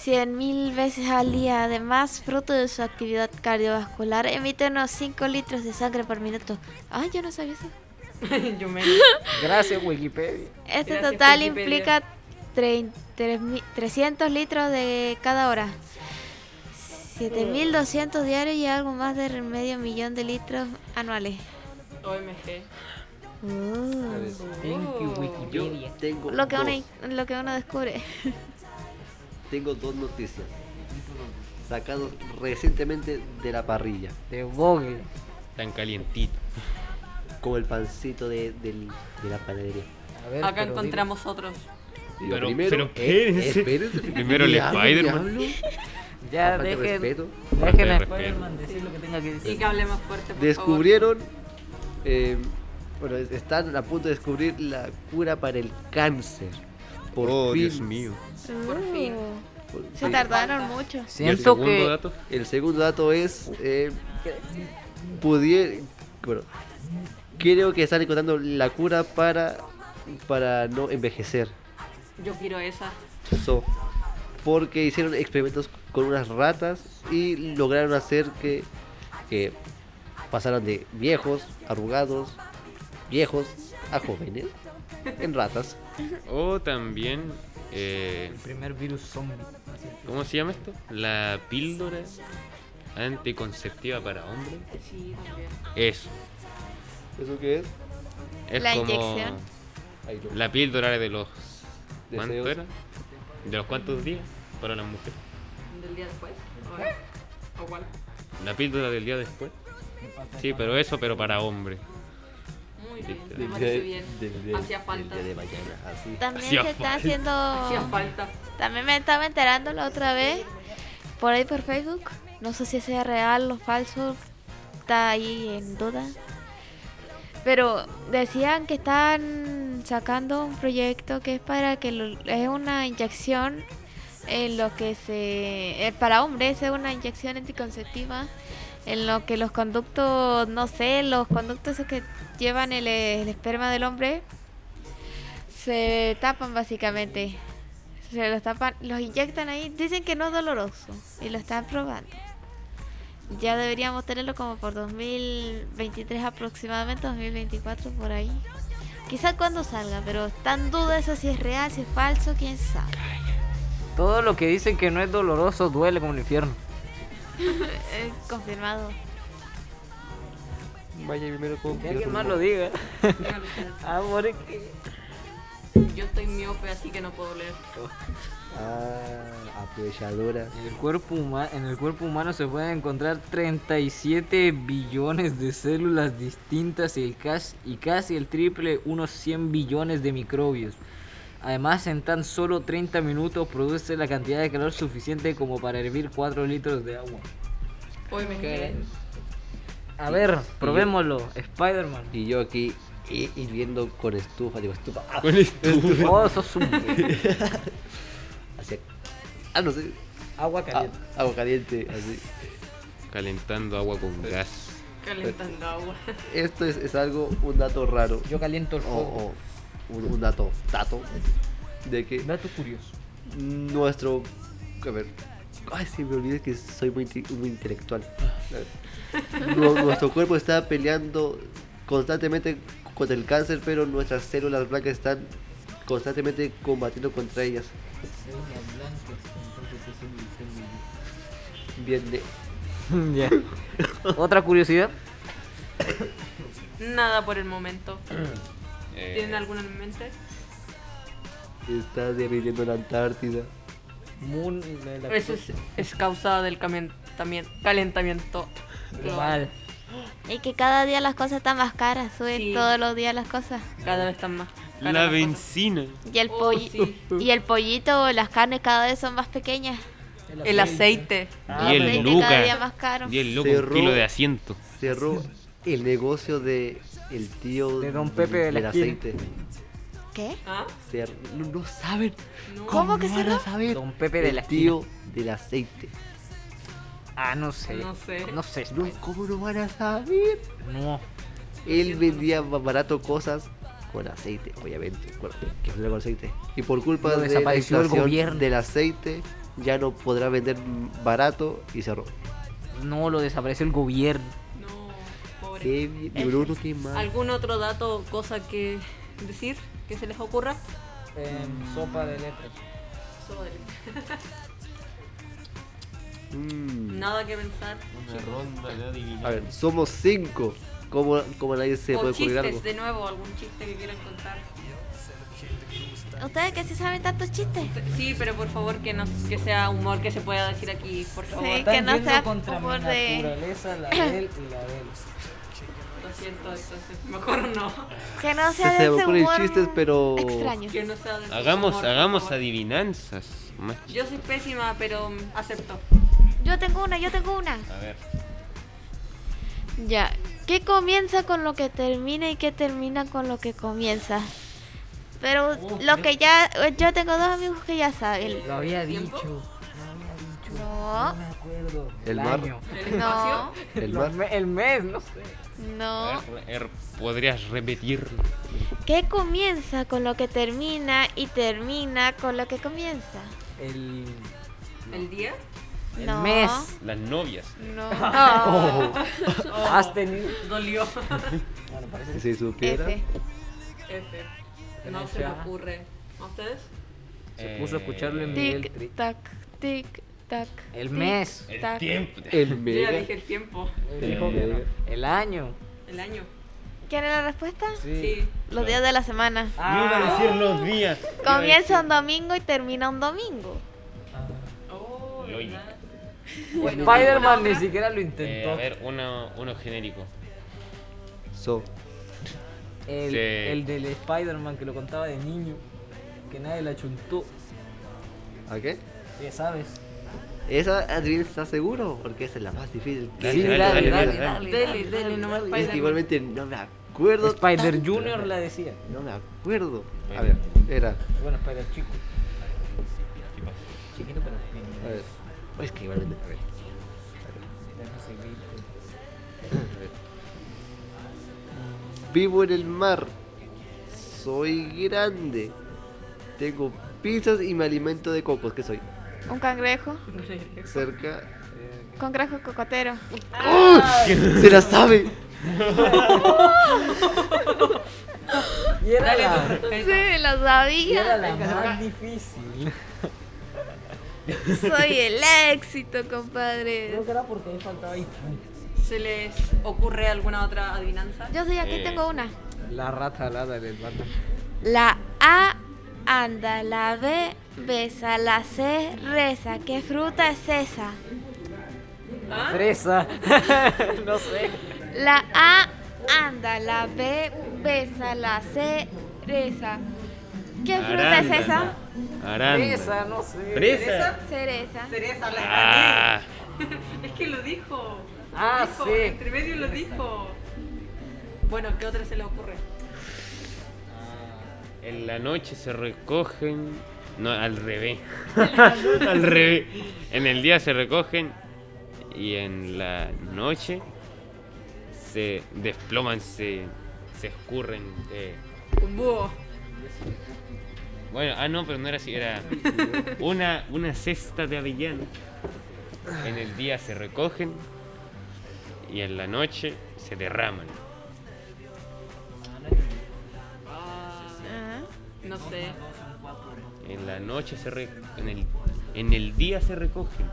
[SPEAKER 1] 100.000 veces al día. Además, fruto de su actividad cardiovascular, emite unos 5 litros de sangre por minuto. Ay, yo no sabía eso.
[SPEAKER 3] Yo me...
[SPEAKER 4] Gracias, Wikipedia.
[SPEAKER 1] Este
[SPEAKER 3] Gracias,
[SPEAKER 1] total
[SPEAKER 3] Wikipedia.
[SPEAKER 1] implica trein- tres mi- 300 litros de cada hora. 7.200 diarios y algo más de medio millón de litros anuales.
[SPEAKER 3] OMG.
[SPEAKER 2] A
[SPEAKER 1] Oh.
[SPEAKER 2] ver,
[SPEAKER 4] Thank you,
[SPEAKER 3] Oh.
[SPEAKER 2] Yo
[SPEAKER 4] Wikipedia.
[SPEAKER 2] tengo
[SPEAKER 1] Lo que, uno,
[SPEAKER 2] dos,
[SPEAKER 1] lo que uno descubre.
[SPEAKER 2] tengo dos noticias. Sacados recientemente de la parrilla.
[SPEAKER 4] De Google.
[SPEAKER 5] Tan calientito.
[SPEAKER 2] Como el pancito de, del- de la panadería.
[SPEAKER 4] A ver,
[SPEAKER 3] Acá
[SPEAKER 4] pero
[SPEAKER 3] encontramos otros.
[SPEAKER 2] Lo
[SPEAKER 5] Pero-
[SPEAKER 2] primero,
[SPEAKER 5] pero
[SPEAKER 2] eh,
[SPEAKER 5] espérense.
[SPEAKER 2] espérense.
[SPEAKER 5] Primero el
[SPEAKER 2] Diablo,
[SPEAKER 5] Spider-Man.
[SPEAKER 2] diablo.
[SPEAKER 4] dilo. Ya,
[SPEAKER 2] Falta de
[SPEAKER 4] dejen,
[SPEAKER 2] respeto.
[SPEAKER 4] dejen a
[SPEAKER 5] Falta de
[SPEAKER 4] Spider-Man decir lo que tenga que
[SPEAKER 3] Y
[SPEAKER 4] decir.
[SPEAKER 3] que hable más fuerte, por
[SPEAKER 2] Descubrieron. eh, bueno, es- están a punto de descubrir la cura para el cáncer. Por
[SPEAKER 5] oh,
[SPEAKER 2] fin.
[SPEAKER 5] Dios mío.
[SPEAKER 3] Por fin.
[SPEAKER 1] Oh.
[SPEAKER 2] Por-
[SPEAKER 1] Se
[SPEAKER 2] eh,
[SPEAKER 1] tardaron mucho.
[SPEAKER 5] ¿Y el
[SPEAKER 4] Siento
[SPEAKER 5] segundo
[SPEAKER 4] que
[SPEAKER 5] dato?
[SPEAKER 2] El segundo dato es. Eh, pudie- Bueno, creo que están encontrando la cura para. Para no envejecer.
[SPEAKER 3] favor. Yo quiero esa.
[SPEAKER 2] So, porque hicieron experimentos con unas ratas y lograron hacer que, que pasaran de viejos, arrugados, viejos a jóvenes en ratas.
[SPEAKER 5] O Oh, también, eh,
[SPEAKER 4] el primer virus zombie.
[SPEAKER 5] ¿cómo se llama esto? La píldora anticonceptiva para hombres.
[SPEAKER 3] Sí, también.
[SPEAKER 5] Eso.
[SPEAKER 2] ¿Eso qué es?
[SPEAKER 5] Es
[SPEAKER 1] La
[SPEAKER 5] como
[SPEAKER 1] inyección.
[SPEAKER 2] Ahí lo-
[SPEAKER 5] la píldora de los... ¿Cuánto
[SPEAKER 2] Deseos.
[SPEAKER 5] era? ¿De los cuántos días? Para las mujeres.
[SPEAKER 3] Del día después. O, o cuál.
[SPEAKER 5] La píldora del día después. Sí, pero eso, pero para hombres.
[SPEAKER 3] Muy bien,
[SPEAKER 5] Del
[SPEAKER 3] me
[SPEAKER 2] del
[SPEAKER 3] parece
[SPEAKER 2] día- del
[SPEAKER 3] bien.
[SPEAKER 2] día-
[SPEAKER 3] Hacía falta.
[SPEAKER 2] del día de Ah. mañana, así.
[SPEAKER 1] También
[SPEAKER 5] Hacía
[SPEAKER 1] se está
[SPEAKER 5] falta.
[SPEAKER 1] haciendo.
[SPEAKER 3] Hacía falta.
[SPEAKER 1] También me estaba enterando la otra vez por ahí por Facebook. No sé si sea real o falso. Está ahí en duda. Pero decían que están sacando un proyecto que es para que lo- es una inyección en lo que se eh, para hombres es una inyección anticonceptiva en lo que los conductos no sé los conductos esos que llevan el, eh, el esperma del hombre se tapan básicamente se los tapan los inyectan ahí dicen que no es doloroso y lo están probando ya deberíamos tenerlo como por 2023 aproximadamente 2024 por ahí Quizá cuando salga, pero está en duda eso si es real, si es falso, quién sabe.
[SPEAKER 4] Todo lo que dicen que no es doloroso duele como el infierno.
[SPEAKER 1] Eh, confirmado.
[SPEAKER 2] Vaya primero con.
[SPEAKER 4] Que alguien más lo diga. Ah, Amor, es que-
[SPEAKER 3] Yo estoy miope, así que no puedo leer.
[SPEAKER 2] Ah, aprovechadora.
[SPEAKER 4] En el, cuerpo huma- en el cuerpo humano se pueden encontrar 37 billones de células distintas y, el cas- y casi el triple, unos 100 billones de microbios. Además, en tan solo 30 minutos produce la cantidad de calor suficiente como para hervir 4 litros de agua.
[SPEAKER 3] Hoy me quedé.
[SPEAKER 4] A ver, probémoslo, Spider-Man.
[SPEAKER 2] Y yo aquí hi- hirviendo con estufa, digo estufa. ah,
[SPEAKER 5] Con estufa.
[SPEAKER 4] Oh, sos un...
[SPEAKER 2] hacia. Ah, no sé.
[SPEAKER 4] Agua
[SPEAKER 2] ah,
[SPEAKER 4] caliente.
[SPEAKER 2] agua caliente. Así.
[SPEAKER 5] Calentando agua con gas.
[SPEAKER 3] Calentando agua.
[SPEAKER 2] Esto es, es algo, un dato raro.
[SPEAKER 4] Yo caliento el
[SPEAKER 2] O,
[SPEAKER 4] fuego.
[SPEAKER 2] o un, un dato, dato. De que
[SPEAKER 4] Dato curioso.
[SPEAKER 2] nuestro. A ver. Ay, sí, me olvidé que soy muy, inte- muy intelectual. A ver. Nu- nuestro cuerpo está peleando constantemente contra el cáncer, pero nuestras células blancas están constantemente combatiendo contra ellas. Bien, de-
[SPEAKER 4] ya. Otra curiosidad.
[SPEAKER 3] Nada por el momento.
[SPEAKER 5] Eh,
[SPEAKER 3] ¿Tienen alguna en mente?
[SPEAKER 2] está derritiendo la Antártida.
[SPEAKER 4] Moon, la- la-
[SPEAKER 3] Eso es, es causada del camen- también- calentamiento global.
[SPEAKER 4] Global.
[SPEAKER 1] Y que cada día las cosas están más caras, suben
[SPEAKER 3] Sí.
[SPEAKER 1] todos los días las cosas.
[SPEAKER 3] Cada vez están más. caras
[SPEAKER 5] La
[SPEAKER 3] las cosas.
[SPEAKER 5] benzina.
[SPEAKER 1] Y el,
[SPEAKER 3] Oh,
[SPEAKER 1] polli-
[SPEAKER 3] sí.
[SPEAKER 1] y el pollito, las carnes cada vez son más pequeñas.
[SPEAKER 3] El aceite.
[SPEAKER 4] Ah,
[SPEAKER 5] y el
[SPEAKER 1] aceite
[SPEAKER 5] Luca.
[SPEAKER 1] cada día más caro.
[SPEAKER 5] Y el loco,
[SPEAKER 2] Se
[SPEAKER 5] un kilo
[SPEAKER 2] roba.
[SPEAKER 5] de asiento.
[SPEAKER 2] Cerró el negocio de el tío
[SPEAKER 4] De don Pepe de la
[SPEAKER 2] del
[SPEAKER 4] esquina.
[SPEAKER 2] aceite.
[SPEAKER 1] ¿Qué?
[SPEAKER 3] ¿Ah?
[SPEAKER 2] Cer- no, no saben.
[SPEAKER 3] No.
[SPEAKER 1] ¿Cómo que
[SPEAKER 2] no van a
[SPEAKER 1] cerró?
[SPEAKER 2] saber?
[SPEAKER 4] Don Pepe de
[SPEAKER 2] El
[SPEAKER 4] la esquina.
[SPEAKER 2] tío del aceite.
[SPEAKER 4] Ah, no sé.
[SPEAKER 3] No sé.
[SPEAKER 4] No sé.
[SPEAKER 2] No,
[SPEAKER 4] Spider.
[SPEAKER 2] ¿Cómo no van a saber?
[SPEAKER 4] No.
[SPEAKER 2] Él vendía ba- barato cosas con aceite, obviamente. Bueno, ¿qué vendrá con aceite? Y por culpa
[SPEAKER 4] Lo
[SPEAKER 2] de la
[SPEAKER 4] desapareció el
[SPEAKER 2] inflación
[SPEAKER 4] gobierno.
[SPEAKER 2] del aceite, ya no podrá vender barato y cerró.
[SPEAKER 4] No, lo desapareció el gobierno.
[SPEAKER 3] No, pobre.
[SPEAKER 2] Qué bien, Bruno, qué mal.
[SPEAKER 3] ¿Algún otro dato o cosa que decir que se les ocurra?
[SPEAKER 4] sopa de letras.
[SPEAKER 3] Sobre-
[SPEAKER 2] Mm.
[SPEAKER 3] Nada que pensar.
[SPEAKER 5] Una ronda de
[SPEAKER 2] A ver, somos cinco. ¿Cómo, cómo a nadie se
[SPEAKER 3] o
[SPEAKER 2] puede ocurrir
[SPEAKER 3] chistes,
[SPEAKER 2] algo?
[SPEAKER 3] de nuevo, algún chiste que quieran contar.
[SPEAKER 1] ¿Ustedes que sí saben tantos chistes?
[SPEAKER 3] Sí, pero por favor que, no, que sea humor que se pueda decir aquí, por favor.
[SPEAKER 1] Sí. Que no sea como de-
[SPEAKER 4] naturaleza, la de él y la de él.
[SPEAKER 3] Lo siento, entonces mejor no.
[SPEAKER 1] Que no
[SPEAKER 2] Se,
[SPEAKER 1] sea
[SPEAKER 2] se
[SPEAKER 1] de
[SPEAKER 2] me
[SPEAKER 1] ese
[SPEAKER 2] ocurren
[SPEAKER 1] humor
[SPEAKER 2] chistes, pero.
[SPEAKER 1] extraño.
[SPEAKER 3] Que no sea de ese
[SPEAKER 5] Hagamos,
[SPEAKER 3] humor, por
[SPEAKER 5] hagamos
[SPEAKER 3] favor.
[SPEAKER 5] adivinanzas. Más ch-
[SPEAKER 3] Yo soy pésima, pero mm, acepto.
[SPEAKER 1] Yo tengo una, yo tengo una.
[SPEAKER 5] A ver.
[SPEAKER 1] Ya. ¿Qué comienza con lo que termina y qué termina con lo que comienza? Pero lo que ya. Yo tengo dos amigos que ya saben.
[SPEAKER 4] Lo había
[SPEAKER 3] ¿Tiempo?
[SPEAKER 4] dicho. Lo había dicho.
[SPEAKER 1] No.
[SPEAKER 4] No me acuerdo.
[SPEAKER 2] El mar.
[SPEAKER 4] año.
[SPEAKER 3] ¿El
[SPEAKER 1] No,
[SPEAKER 3] espacio?
[SPEAKER 2] El
[SPEAKER 4] Los
[SPEAKER 2] mar.
[SPEAKER 4] me- El mes, no sé.
[SPEAKER 1] no.
[SPEAKER 5] A ver, er, ¿Podrías repetir?
[SPEAKER 1] ¿Qué comienza con lo que termina y termina con lo que comienza?
[SPEAKER 4] El,
[SPEAKER 3] ¿El día?
[SPEAKER 4] el
[SPEAKER 1] No.
[SPEAKER 4] mes.
[SPEAKER 5] Las novias.
[SPEAKER 1] No. Oh,
[SPEAKER 4] Has tenido.
[SPEAKER 3] Dolió.
[SPEAKER 4] Bueno, parece
[SPEAKER 2] Si supiera.
[SPEAKER 1] F.
[SPEAKER 3] F. No se me ocurre. ¿A ustedes?
[SPEAKER 4] Se puso a escucharlo en mi- Miguel Tri-
[SPEAKER 1] Tic tac, tic tac.
[SPEAKER 4] El
[SPEAKER 1] tic,
[SPEAKER 4] mes.
[SPEAKER 5] El
[SPEAKER 1] tac.
[SPEAKER 5] tiempo.
[SPEAKER 2] El
[SPEAKER 3] Yo ya
[SPEAKER 2] mega.
[SPEAKER 3] dije el tiempo.
[SPEAKER 4] Él dijo que no. El año.
[SPEAKER 3] El año.
[SPEAKER 1] ¿Quieren la respuesta?
[SPEAKER 3] Sí.
[SPEAKER 1] Los días de la semana.
[SPEAKER 5] Yo iba a
[SPEAKER 4] Ah,
[SPEAKER 5] decir los días.
[SPEAKER 1] Comienza un domingo y termina un domingo.
[SPEAKER 4] Ah.
[SPEAKER 3] Oh,
[SPEAKER 5] Lo oí.
[SPEAKER 3] ¿verdad? Bueno,
[SPEAKER 4] Spider-Man
[SPEAKER 3] ¿alguna
[SPEAKER 4] ni
[SPEAKER 3] otra?
[SPEAKER 4] siquiera lo
[SPEAKER 5] Eh, a
[SPEAKER 4] intentó.
[SPEAKER 5] ver, uno, uno genérico.
[SPEAKER 2] So.
[SPEAKER 4] El,
[SPEAKER 5] Sí.
[SPEAKER 4] el del Spider-Man que lo contaba de niño, que nadie la chuntó,
[SPEAKER 2] ¿A qué?
[SPEAKER 4] ya sabes.
[SPEAKER 2] Esa adivina está seguro, porque esa es la más difícil.
[SPEAKER 5] Dale, Sí, dale, dale, dale, dale,
[SPEAKER 3] Dele, dale, no me
[SPEAKER 2] Es que
[SPEAKER 3] Spider-Man.
[SPEAKER 2] igualmente no me acuerdo.
[SPEAKER 4] Spider Junior la decía.
[SPEAKER 2] No me acuerdo. A ver, era.
[SPEAKER 4] Bueno, Spider Chico. Chiquito, pero.
[SPEAKER 2] A ver. Es que igualmente. A ver. A ver. Vivo en el mar. Soy grande. Tengo pinzas y me alimento de cocos. ¿Qué soy?
[SPEAKER 1] Un cangrejo.
[SPEAKER 2] Cerca.
[SPEAKER 1] Cangrejo cocotero.
[SPEAKER 3] Ah,
[SPEAKER 2] ¡Se la sabe!
[SPEAKER 4] Y era
[SPEAKER 3] dale,
[SPEAKER 4] la,
[SPEAKER 3] tú,
[SPEAKER 1] Sí,
[SPEAKER 3] Felipe.
[SPEAKER 1] lo
[SPEAKER 4] y era
[SPEAKER 1] sabía.
[SPEAKER 4] la más difícil.
[SPEAKER 1] Soy el éxito, compadre.
[SPEAKER 4] Creo que era porque ahí faltaba ahí.
[SPEAKER 3] ¿Se les ocurre alguna otra adivinanza?
[SPEAKER 1] Yo sí, aquí
[SPEAKER 5] Eh.
[SPEAKER 1] tengo una.
[SPEAKER 4] La rata alada del Batman.
[SPEAKER 1] La A anda, la B besa, la C reza. ¿Qué fruta es esa?
[SPEAKER 3] ¿Ah?
[SPEAKER 4] Fresa. no sé.
[SPEAKER 1] La A anda, la B besa, la C reza. ¿Qué fruta es esa?
[SPEAKER 4] Fresa, no sé.
[SPEAKER 5] ¿Presa?
[SPEAKER 1] Cereza.
[SPEAKER 3] Cereza, la
[SPEAKER 5] Ah,
[SPEAKER 3] gané. Es que lo dijo. Lo
[SPEAKER 4] Ah,
[SPEAKER 3] dijo,
[SPEAKER 4] sí.
[SPEAKER 3] Entre medio lo dijo. Bueno, ¿qué otra se les ocurre?
[SPEAKER 5] en la noche se recogen. No, al revés. al revés. En el día se recogen y en la noche se desploman, se, se escurren. eh, de-
[SPEAKER 3] Un búho.
[SPEAKER 5] Bueno, ah, no, pero no era así, era una, una cesta de avellana. En el día se recogen y en la noche se derraman.
[SPEAKER 1] Ah.
[SPEAKER 3] No sé.
[SPEAKER 5] En la noche se re- en el en el día se recogen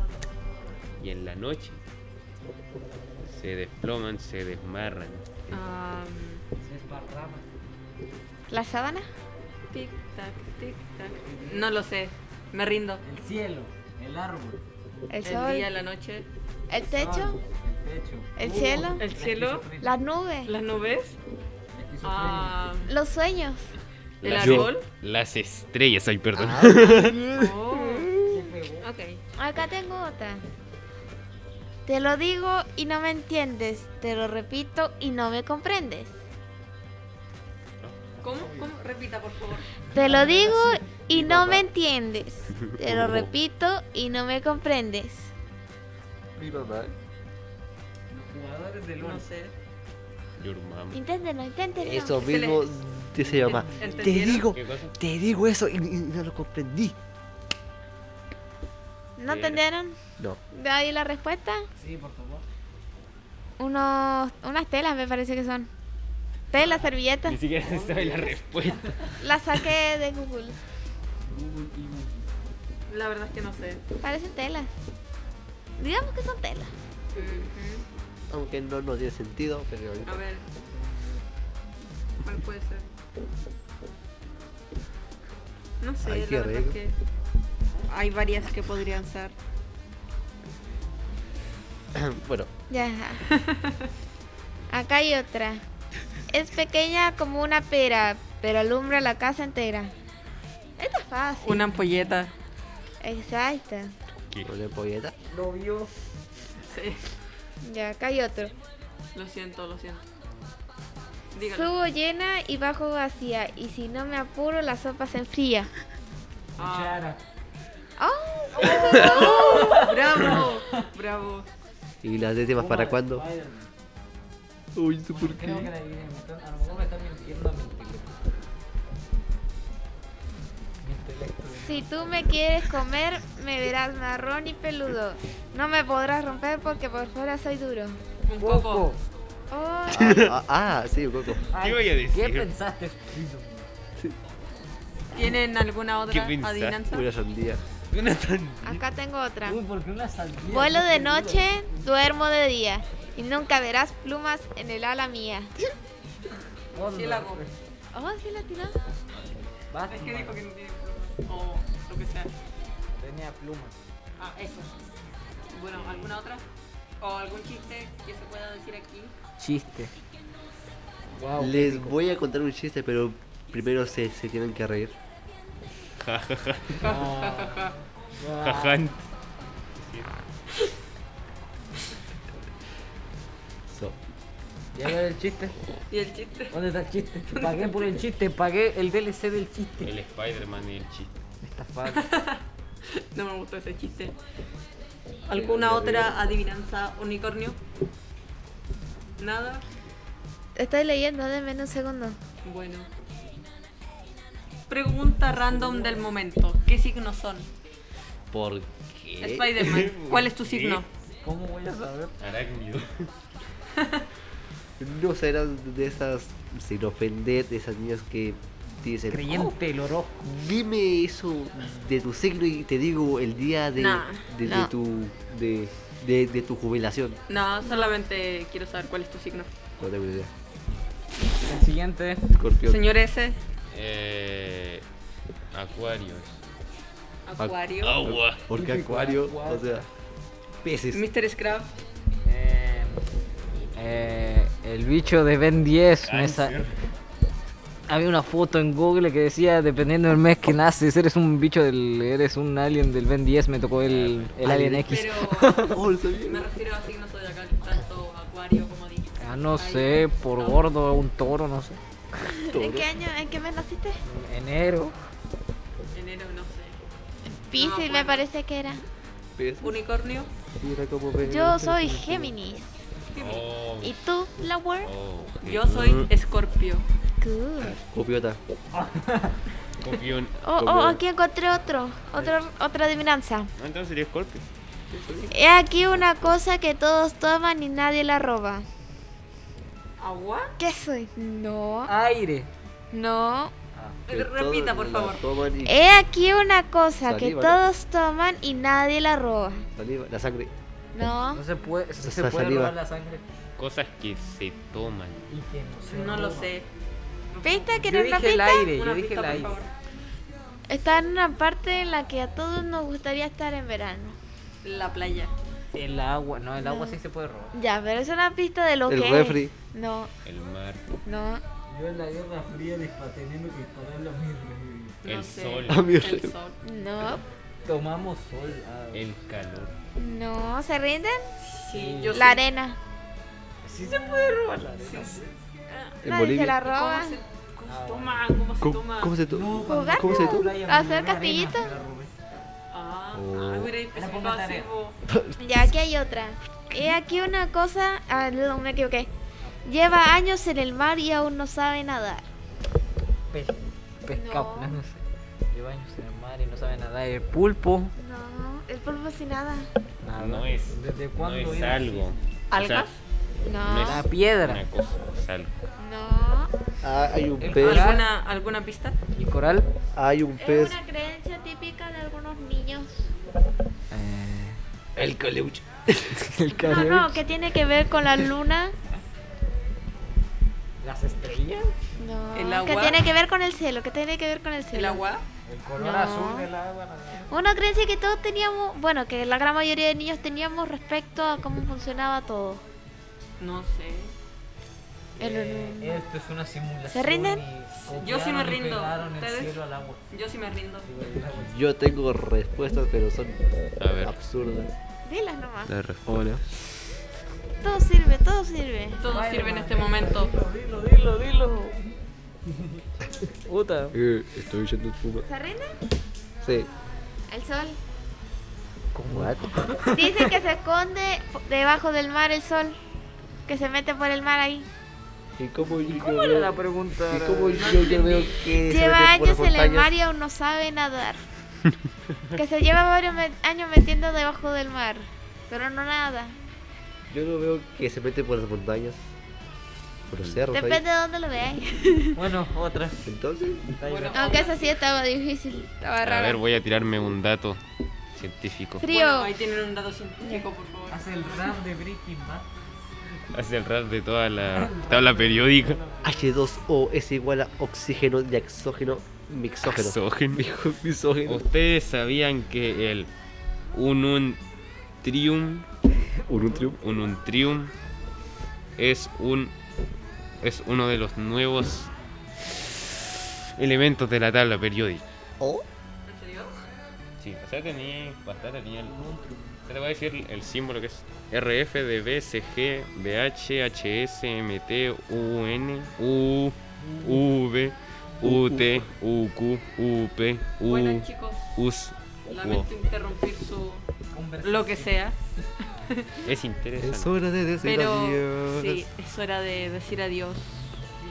[SPEAKER 5] y en la noche se desploman, se desmarran.
[SPEAKER 3] Ah,
[SPEAKER 1] ¿La sábana?
[SPEAKER 3] tic tac, tic tac. No lo sé. Me rindo.
[SPEAKER 4] El cielo, el árbol,
[SPEAKER 1] ¿El
[SPEAKER 3] El
[SPEAKER 1] sol?
[SPEAKER 3] día, la noche,
[SPEAKER 1] ¿El techo?
[SPEAKER 4] el Ah, techo.
[SPEAKER 1] ¿El cielo?
[SPEAKER 3] el cielo,
[SPEAKER 1] ¿Las nubes?
[SPEAKER 3] las nubes, ah,
[SPEAKER 1] ¿Los sueños?
[SPEAKER 3] el
[SPEAKER 5] Las-
[SPEAKER 3] árbol. Ah.
[SPEAKER 5] Las estrellas, ay, perdón.
[SPEAKER 3] Oh. Ok.
[SPEAKER 1] Acá tengo otra. Te lo digo y no me entiendes. Te lo repito y no me comprendes.
[SPEAKER 3] ¿Cómo? ¿Cómo? Repita, por favor.
[SPEAKER 1] Te lo digo y no me entiendes. Te lo repito y no me comprendes.
[SPEAKER 2] Mi papá.
[SPEAKER 4] Jugadores del
[SPEAKER 3] No
[SPEAKER 4] once.
[SPEAKER 3] sé.
[SPEAKER 5] Your mom.
[SPEAKER 1] Inténtenlo, inténtenlo.
[SPEAKER 2] Eso
[SPEAKER 3] Se le-
[SPEAKER 2] mismo dice mi mamá. Te
[SPEAKER 3] ¿Entendieron?
[SPEAKER 2] digo,
[SPEAKER 5] ¿Qué cosa?
[SPEAKER 2] te digo eso y, y no lo comprendí.
[SPEAKER 1] ¿No entendieron?
[SPEAKER 2] eh, No.
[SPEAKER 1] ¿De ahí la respuesta?
[SPEAKER 4] Sí, por favor.
[SPEAKER 1] Unos, unas telas me parece que son. Telas, servilletas.
[SPEAKER 5] Ni siquiera sabe la respuesta.
[SPEAKER 1] Las saqué de Google.
[SPEAKER 3] La verdad es que no sé.
[SPEAKER 1] Parecen telas. Digamos que son telas.
[SPEAKER 3] Ujú.
[SPEAKER 2] Aunque no, no tiene sentido, pero.
[SPEAKER 3] A ver. ¿Cuál puede ser? No sé,
[SPEAKER 2] Ay,
[SPEAKER 3] la
[SPEAKER 2] qué
[SPEAKER 3] verdad es
[SPEAKER 2] rico.
[SPEAKER 3] que hay varias que podrían ser.
[SPEAKER 2] bueno,
[SPEAKER 1] Ya. Acá hay otra. Es pequeña como una pera, pero alumbra la casa entera. Esta es fácil.
[SPEAKER 3] Una ampolleta.
[SPEAKER 1] Exacto.
[SPEAKER 5] ¿Qué?
[SPEAKER 2] no le poeta.
[SPEAKER 4] Lo vio.
[SPEAKER 3] Sí.
[SPEAKER 1] Ya, acá hay otro.
[SPEAKER 3] Lo siento, lo siento. Dígalo.
[SPEAKER 1] Subo llena y bajo vacía, y si no me apuro la sopa se enfría.
[SPEAKER 3] Ah,
[SPEAKER 4] Cuchara.
[SPEAKER 1] ¡Oh!
[SPEAKER 3] bravo, bravo.
[SPEAKER 2] ¿Y las décimas para cuándo?
[SPEAKER 4] Spider-Man.
[SPEAKER 2] Uy, ¿eso por
[SPEAKER 4] Creo que
[SPEAKER 2] qué?
[SPEAKER 4] la adiviné, me están- A lo mejor me están mintiendo a mi intelecto. Mi intelecto.
[SPEAKER 1] Si tú me quieres comer, me verás marrón y peludo. No me podrás romper porque por fuera soy duro.
[SPEAKER 3] Un coco.
[SPEAKER 1] Oh,
[SPEAKER 2] Ah, ah, sí, un coco.
[SPEAKER 4] Ay,
[SPEAKER 5] voy a decir?
[SPEAKER 4] ¿Qué pensaste?
[SPEAKER 3] ¿Tienen alguna otra
[SPEAKER 5] ¿Qué pensaste?
[SPEAKER 3] adivinanza?
[SPEAKER 2] Una sandía.
[SPEAKER 5] Una tan-
[SPEAKER 1] acá tengo otra.
[SPEAKER 4] Uy, ¿por qué una sandía?
[SPEAKER 1] Vuelo
[SPEAKER 4] Qué
[SPEAKER 1] de
[SPEAKER 4] peludo.
[SPEAKER 1] noche, duermo de día, y nunca verás plumas en el ala mía.
[SPEAKER 4] Onda.
[SPEAKER 3] Ciélago.
[SPEAKER 1] Oh, sí la tiró.
[SPEAKER 4] Batman
[SPEAKER 3] Es que dijo que no tiene pluma. O lo que sea.
[SPEAKER 4] Tenía plumas.
[SPEAKER 3] Ah, eso. Bueno, ¿alguna otra? ¿O algún chiste que se pueda decir aquí?
[SPEAKER 4] Chiste. Wow.
[SPEAKER 2] Les voy a contar un chiste, pero primero se, se tienen que reír.
[SPEAKER 5] Jaján.
[SPEAKER 2] So,
[SPEAKER 4] ¿Y ahora el chiste?
[SPEAKER 3] Y el chiste.
[SPEAKER 4] ¿Dónde está el chiste? Pagué por el chiste, pagué el DLC del chiste.
[SPEAKER 5] El Spider-Man y el chiste.
[SPEAKER 4] Me estafaron.
[SPEAKER 3] No me gustó ese chiste. ¿Alguna otra adivinanza unicornio? Nada.
[SPEAKER 1] Estoy leyendo, denme un segundo.
[SPEAKER 3] Bueno. Pregunta random del momento. ¿Qué signos son?
[SPEAKER 2] ¿Por qué?
[SPEAKER 3] Spider-Man, ¿cuál es tu signo?
[SPEAKER 4] ¿Cómo voy a saber?
[SPEAKER 5] Arácnido.
[SPEAKER 2] No serán de esas, sin ofender, de esas niñas que dicen. "Oh,
[SPEAKER 4] Creyente el oro.
[SPEAKER 2] Dime eso de tu signo y te digo el día de,
[SPEAKER 3] Nah,
[SPEAKER 2] de, de
[SPEAKER 1] no.
[SPEAKER 2] tu, de, de- de tu jubilación.
[SPEAKER 3] No, solamente quiero saber cuál es tu signo.
[SPEAKER 2] No tengo idea.
[SPEAKER 4] El siguiente.
[SPEAKER 2] Escorpión.
[SPEAKER 3] Señor S,
[SPEAKER 5] Eh, Acuarios.
[SPEAKER 3] Acuario.
[SPEAKER 5] Agua.
[SPEAKER 2] Porque
[SPEAKER 4] Típico
[SPEAKER 2] acuario,
[SPEAKER 4] acuario.
[SPEAKER 2] o sea, peces.
[SPEAKER 3] Mr. Scrap,
[SPEAKER 4] Eh, eh, el bicho de Ben 10. me sa- Había una foto en Google que decía, dependiendo del mes que naces, eres un bicho del... Eres un alien del Ben 10. Me tocó el, el Alien X.
[SPEAKER 3] pero
[SPEAKER 2] Oh, lo sabía.
[SPEAKER 3] me refiero a signos zodiacales, tanto Acuario como dije.
[SPEAKER 4] Ah, no sé, por gordo, un toro, no sé.
[SPEAKER 1] ¿En qué año, en qué mes naciste?
[SPEAKER 4] Enero.
[SPEAKER 3] Enero, no sé.
[SPEAKER 1] Piscis
[SPEAKER 3] acuerdo.
[SPEAKER 1] me parece que era.
[SPEAKER 2] Peces.
[SPEAKER 3] Unicornio,
[SPEAKER 2] Mira cómo ven.
[SPEAKER 1] Yo soy Géminis.
[SPEAKER 5] Oh,
[SPEAKER 1] ¿Y tú, Flower?
[SPEAKER 5] oh, qué
[SPEAKER 3] yo
[SPEAKER 2] Mm.
[SPEAKER 3] soy Escorpio.
[SPEAKER 1] Good.
[SPEAKER 2] Copiota.
[SPEAKER 5] Copión.
[SPEAKER 1] Oh, oh,
[SPEAKER 2] Porque-
[SPEAKER 1] aquí encontré otro, otro otra adivinanza.
[SPEAKER 5] Ah, entonces sería Scorpio.
[SPEAKER 1] He aquí una cosa que todos toman y nadie la roba.
[SPEAKER 3] ¿Agua?
[SPEAKER 1] ¿Qué soy? No,
[SPEAKER 4] Aire.
[SPEAKER 1] no.
[SPEAKER 2] Que
[SPEAKER 3] Repita,
[SPEAKER 2] todos
[SPEAKER 3] por
[SPEAKER 2] la
[SPEAKER 3] favor.
[SPEAKER 2] toman y
[SPEAKER 1] He aquí una cosa que
[SPEAKER 2] Saliva, ¿no?
[SPEAKER 1] todos toman y nadie la roba.
[SPEAKER 2] saliva- la sangre.
[SPEAKER 1] No.
[SPEAKER 4] No se puede,
[SPEAKER 2] Esa
[SPEAKER 4] se puede
[SPEAKER 2] saliva.
[SPEAKER 4] robar la sangre.
[SPEAKER 5] Cosas que se toman.
[SPEAKER 4] Y que no se
[SPEAKER 3] No lo
[SPEAKER 4] roba.
[SPEAKER 3] sé.
[SPEAKER 1] ¿Viste que
[SPEAKER 4] Yo
[SPEAKER 1] no una
[SPEAKER 4] dije el
[SPEAKER 1] pista?
[SPEAKER 4] aire,
[SPEAKER 3] Una
[SPEAKER 4] yo dije
[SPEAKER 3] pista,
[SPEAKER 4] el
[SPEAKER 3] por
[SPEAKER 4] aire.
[SPEAKER 3] favor.
[SPEAKER 1] Está en una parte en la que a todos nos gustaría estar en verano.
[SPEAKER 3] La playa.
[SPEAKER 4] El agua, no, el agua sí se puede robar.
[SPEAKER 1] Ya, pero es una pista de lo
[SPEAKER 2] El
[SPEAKER 1] que es.
[SPEAKER 2] refri.
[SPEAKER 1] No,
[SPEAKER 5] El mar.
[SPEAKER 1] no.
[SPEAKER 4] Yo en la guerra fría teniendo que disparar la misma.
[SPEAKER 3] No
[SPEAKER 5] El
[SPEAKER 3] sé. Ah,
[SPEAKER 5] sol.
[SPEAKER 2] A mí
[SPEAKER 3] El sol.
[SPEAKER 1] No,
[SPEAKER 4] Tomamos sol. ah,
[SPEAKER 5] El calor.
[SPEAKER 1] no, ¿se rinden?
[SPEAKER 3] Sí, yo
[SPEAKER 1] La
[SPEAKER 3] sé.
[SPEAKER 1] arena.
[SPEAKER 4] Sí se puede robar la arena.
[SPEAKER 2] En
[SPEAKER 1] Nadie se
[SPEAKER 2] Bolivia.
[SPEAKER 1] la
[SPEAKER 3] ¿Cómo
[SPEAKER 1] roba.
[SPEAKER 3] se, cómo
[SPEAKER 4] Ah,
[SPEAKER 3] se toma? ¿Cómo se
[SPEAKER 2] ¿Cómo,
[SPEAKER 3] toma?
[SPEAKER 2] cómo se
[SPEAKER 4] No,
[SPEAKER 2] toma?
[SPEAKER 4] cuando
[SPEAKER 2] ¿Cómo se
[SPEAKER 4] fui a la
[SPEAKER 2] toma?
[SPEAKER 4] playa,
[SPEAKER 1] ¿Hacer
[SPEAKER 4] me robé arena,
[SPEAKER 1] castillito?
[SPEAKER 4] me la robé.
[SPEAKER 3] Ah,
[SPEAKER 2] Oh.
[SPEAKER 3] ah, hubiera
[SPEAKER 4] pongo
[SPEAKER 3] especificado así.
[SPEAKER 4] tarea.
[SPEAKER 3] po.
[SPEAKER 1] Ya, aquí hay otra. He aquí una cosa. Ah, no, me equivoqué. Lleva años en el mar y aún no sabe nadar.
[SPEAKER 4] Pe- Pescado,
[SPEAKER 1] No.
[SPEAKER 4] no. sé. Lleva años en el mar y no sabe nadar. El pulpo.
[SPEAKER 1] No, el polvo sin nada.
[SPEAKER 4] Nada.
[SPEAKER 5] No es.
[SPEAKER 4] ¿Desde
[SPEAKER 5] No
[SPEAKER 4] cuándo
[SPEAKER 5] es
[SPEAKER 4] era así?
[SPEAKER 5] algo.
[SPEAKER 3] ¿Algas?
[SPEAKER 5] No
[SPEAKER 1] No,
[SPEAKER 5] es-
[SPEAKER 4] La
[SPEAKER 5] Una
[SPEAKER 4] piedra.
[SPEAKER 5] cosa. Es algo.
[SPEAKER 1] no.
[SPEAKER 2] Ah, hay un
[SPEAKER 4] El
[SPEAKER 2] pez.
[SPEAKER 4] coral.
[SPEAKER 3] ¿Alguna, ¿Alguna pista?
[SPEAKER 4] ¿Y coral?
[SPEAKER 2] Hay un
[SPEAKER 1] Es
[SPEAKER 2] pez.
[SPEAKER 1] una creencia típica de algunos niños.
[SPEAKER 2] El caleuche.
[SPEAKER 4] el
[SPEAKER 1] No,
[SPEAKER 4] carioche.
[SPEAKER 1] no, que tiene que ver con la luna.
[SPEAKER 4] ¿Las estrellas?
[SPEAKER 1] No,
[SPEAKER 3] El agua.
[SPEAKER 1] que tiene que ver con el cielo, que tiene que ver con el cielo.
[SPEAKER 3] ¿El agua?
[SPEAKER 4] El color
[SPEAKER 1] No.
[SPEAKER 4] azul del agua. la-
[SPEAKER 1] Una creencia que todos teníamos, bueno, que la gran mayoría de niños teníamos respecto a cómo funcionaba todo.
[SPEAKER 3] No sé.
[SPEAKER 1] El-
[SPEAKER 4] Eh, esto es una simulación.
[SPEAKER 1] ¿Se rinden?
[SPEAKER 4] y
[SPEAKER 3] Yo sí me
[SPEAKER 4] copiaron y
[SPEAKER 3] rindo.
[SPEAKER 4] pegaron el
[SPEAKER 3] ¿Ustedes?
[SPEAKER 4] cielo al agua.
[SPEAKER 3] Yo sí me rindo.
[SPEAKER 2] Yo tengo respuestas, pero son
[SPEAKER 5] A ver.
[SPEAKER 2] absurdas.
[SPEAKER 1] Dilas nomás.
[SPEAKER 5] La respuesta.
[SPEAKER 2] Hola.
[SPEAKER 1] Todo sirve, todo sirve.
[SPEAKER 3] Todo sirve en este momento.
[SPEAKER 4] Dilo, dilo, dilo. Puta.
[SPEAKER 2] Eh, estoy yendo espuma.
[SPEAKER 1] ¿Se rinden?
[SPEAKER 2] Sí.
[SPEAKER 1] El sol.
[SPEAKER 2] ¿Cómo? ¿What?
[SPEAKER 1] Dicen que se esconde debajo del mar el sol. Que se mete por el mar ahí.
[SPEAKER 2] ¿Y cómo yo
[SPEAKER 4] ¿Cómo era la pregunta?
[SPEAKER 2] ¿Y cómo yo, yo veo que se
[SPEAKER 1] Lleva
[SPEAKER 2] mete por
[SPEAKER 1] años
[SPEAKER 2] las
[SPEAKER 1] en el mar
[SPEAKER 2] montañas?
[SPEAKER 1] y aún no sabe nadar. que se lleva varios me- años metiendo debajo del mar. Pero no nada.
[SPEAKER 2] Yo no veo que se mete por las montañas. Por los cerros. ahí.
[SPEAKER 1] Depende de dónde lo veáis.
[SPEAKER 4] Bueno, otra.
[SPEAKER 2] Entonces,
[SPEAKER 3] Bueno,
[SPEAKER 1] Aunque esa sí estaba difícil. Estaba
[SPEAKER 5] A
[SPEAKER 1] rara.
[SPEAKER 5] ver, voy a tirarme un dato científico.
[SPEAKER 1] Frío.
[SPEAKER 3] Bueno, ahí tienen un dato científico, por favor.
[SPEAKER 4] Hace el rap de Breaking Bad.
[SPEAKER 5] Hace el rap de toda la tabla periódica.
[SPEAKER 2] H2O es igual a oxígeno y exógeno mixógeno.
[SPEAKER 5] Exógeno.
[SPEAKER 2] Dijo misógeno.
[SPEAKER 5] ¿Ustedes sabían que el ununtrium,
[SPEAKER 2] Uruntrium.
[SPEAKER 5] ununtrium es un es uno de los nuevos elementos de la
[SPEAKER 2] Oh,
[SPEAKER 5] tabla periódica?
[SPEAKER 2] ¿O?
[SPEAKER 3] ¿En serio?
[SPEAKER 5] Sí, o sea, tenía bastante tenía el Te voy a decir el símbolo que es RF de BCG, BH, HS, MT, UN, U, V, UT, UQ, UP, U,
[SPEAKER 2] Uh.
[SPEAKER 3] Bueno, chicos,
[SPEAKER 5] US.
[SPEAKER 3] lamento interrumpir su. lo que sea.
[SPEAKER 5] Es
[SPEAKER 2] Es
[SPEAKER 5] interesante.
[SPEAKER 2] hora de decir
[SPEAKER 3] Pero
[SPEAKER 2] adiós.
[SPEAKER 3] sí, es hora de decir adiós.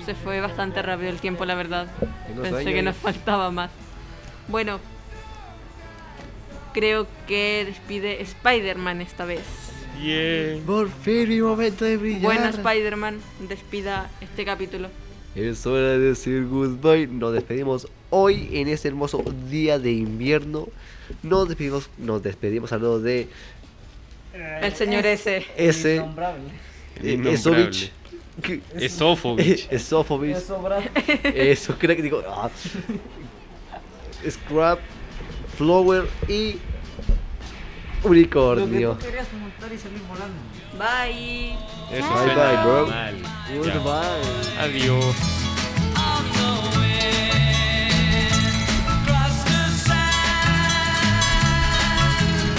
[SPEAKER 3] Se fue bastante rápido el tiempo, la verdad.
[SPEAKER 2] Unos
[SPEAKER 3] Pensé
[SPEAKER 2] años.
[SPEAKER 3] que nos faltaba más. Bueno, creo que despide Spider-Man esta vez.
[SPEAKER 5] Yeah.
[SPEAKER 2] Por fin mi momento de brillar.
[SPEAKER 3] Buena Spider-Man, despida este capítulo.
[SPEAKER 2] Es hora de decir goodbye. Nos despedimos hoy en este hermoso día de invierno. Nos despedimos, nos despedimos al lado de
[SPEAKER 3] El señor ese.
[SPEAKER 2] S.
[SPEAKER 4] Innombrable.
[SPEAKER 2] Eh,
[SPEAKER 5] Innombrable.
[SPEAKER 2] Esovich.
[SPEAKER 5] Esófobich.
[SPEAKER 2] Esofovich.
[SPEAKER 4] Sobra.
[SPEAKER 2] Eso, creo que digo. ah. Scrap, Flower y
[SPEAKER 4] Lo que
[SPEAKER 2] Unicornio.
[SPEAKER 4] tú querías montar y salir volando.
[SPEAKER 3] Bye.
[SPEAKER 5] Eso
[SPEAKER 2] Bye,
[SPEAKER 5] suena
[SPEAKER 2] bye, bro.
[SPEAKER 5] mal. Ya.
[SPEAKER 4] Goodbye.
[SPEAKER 5] Adiós.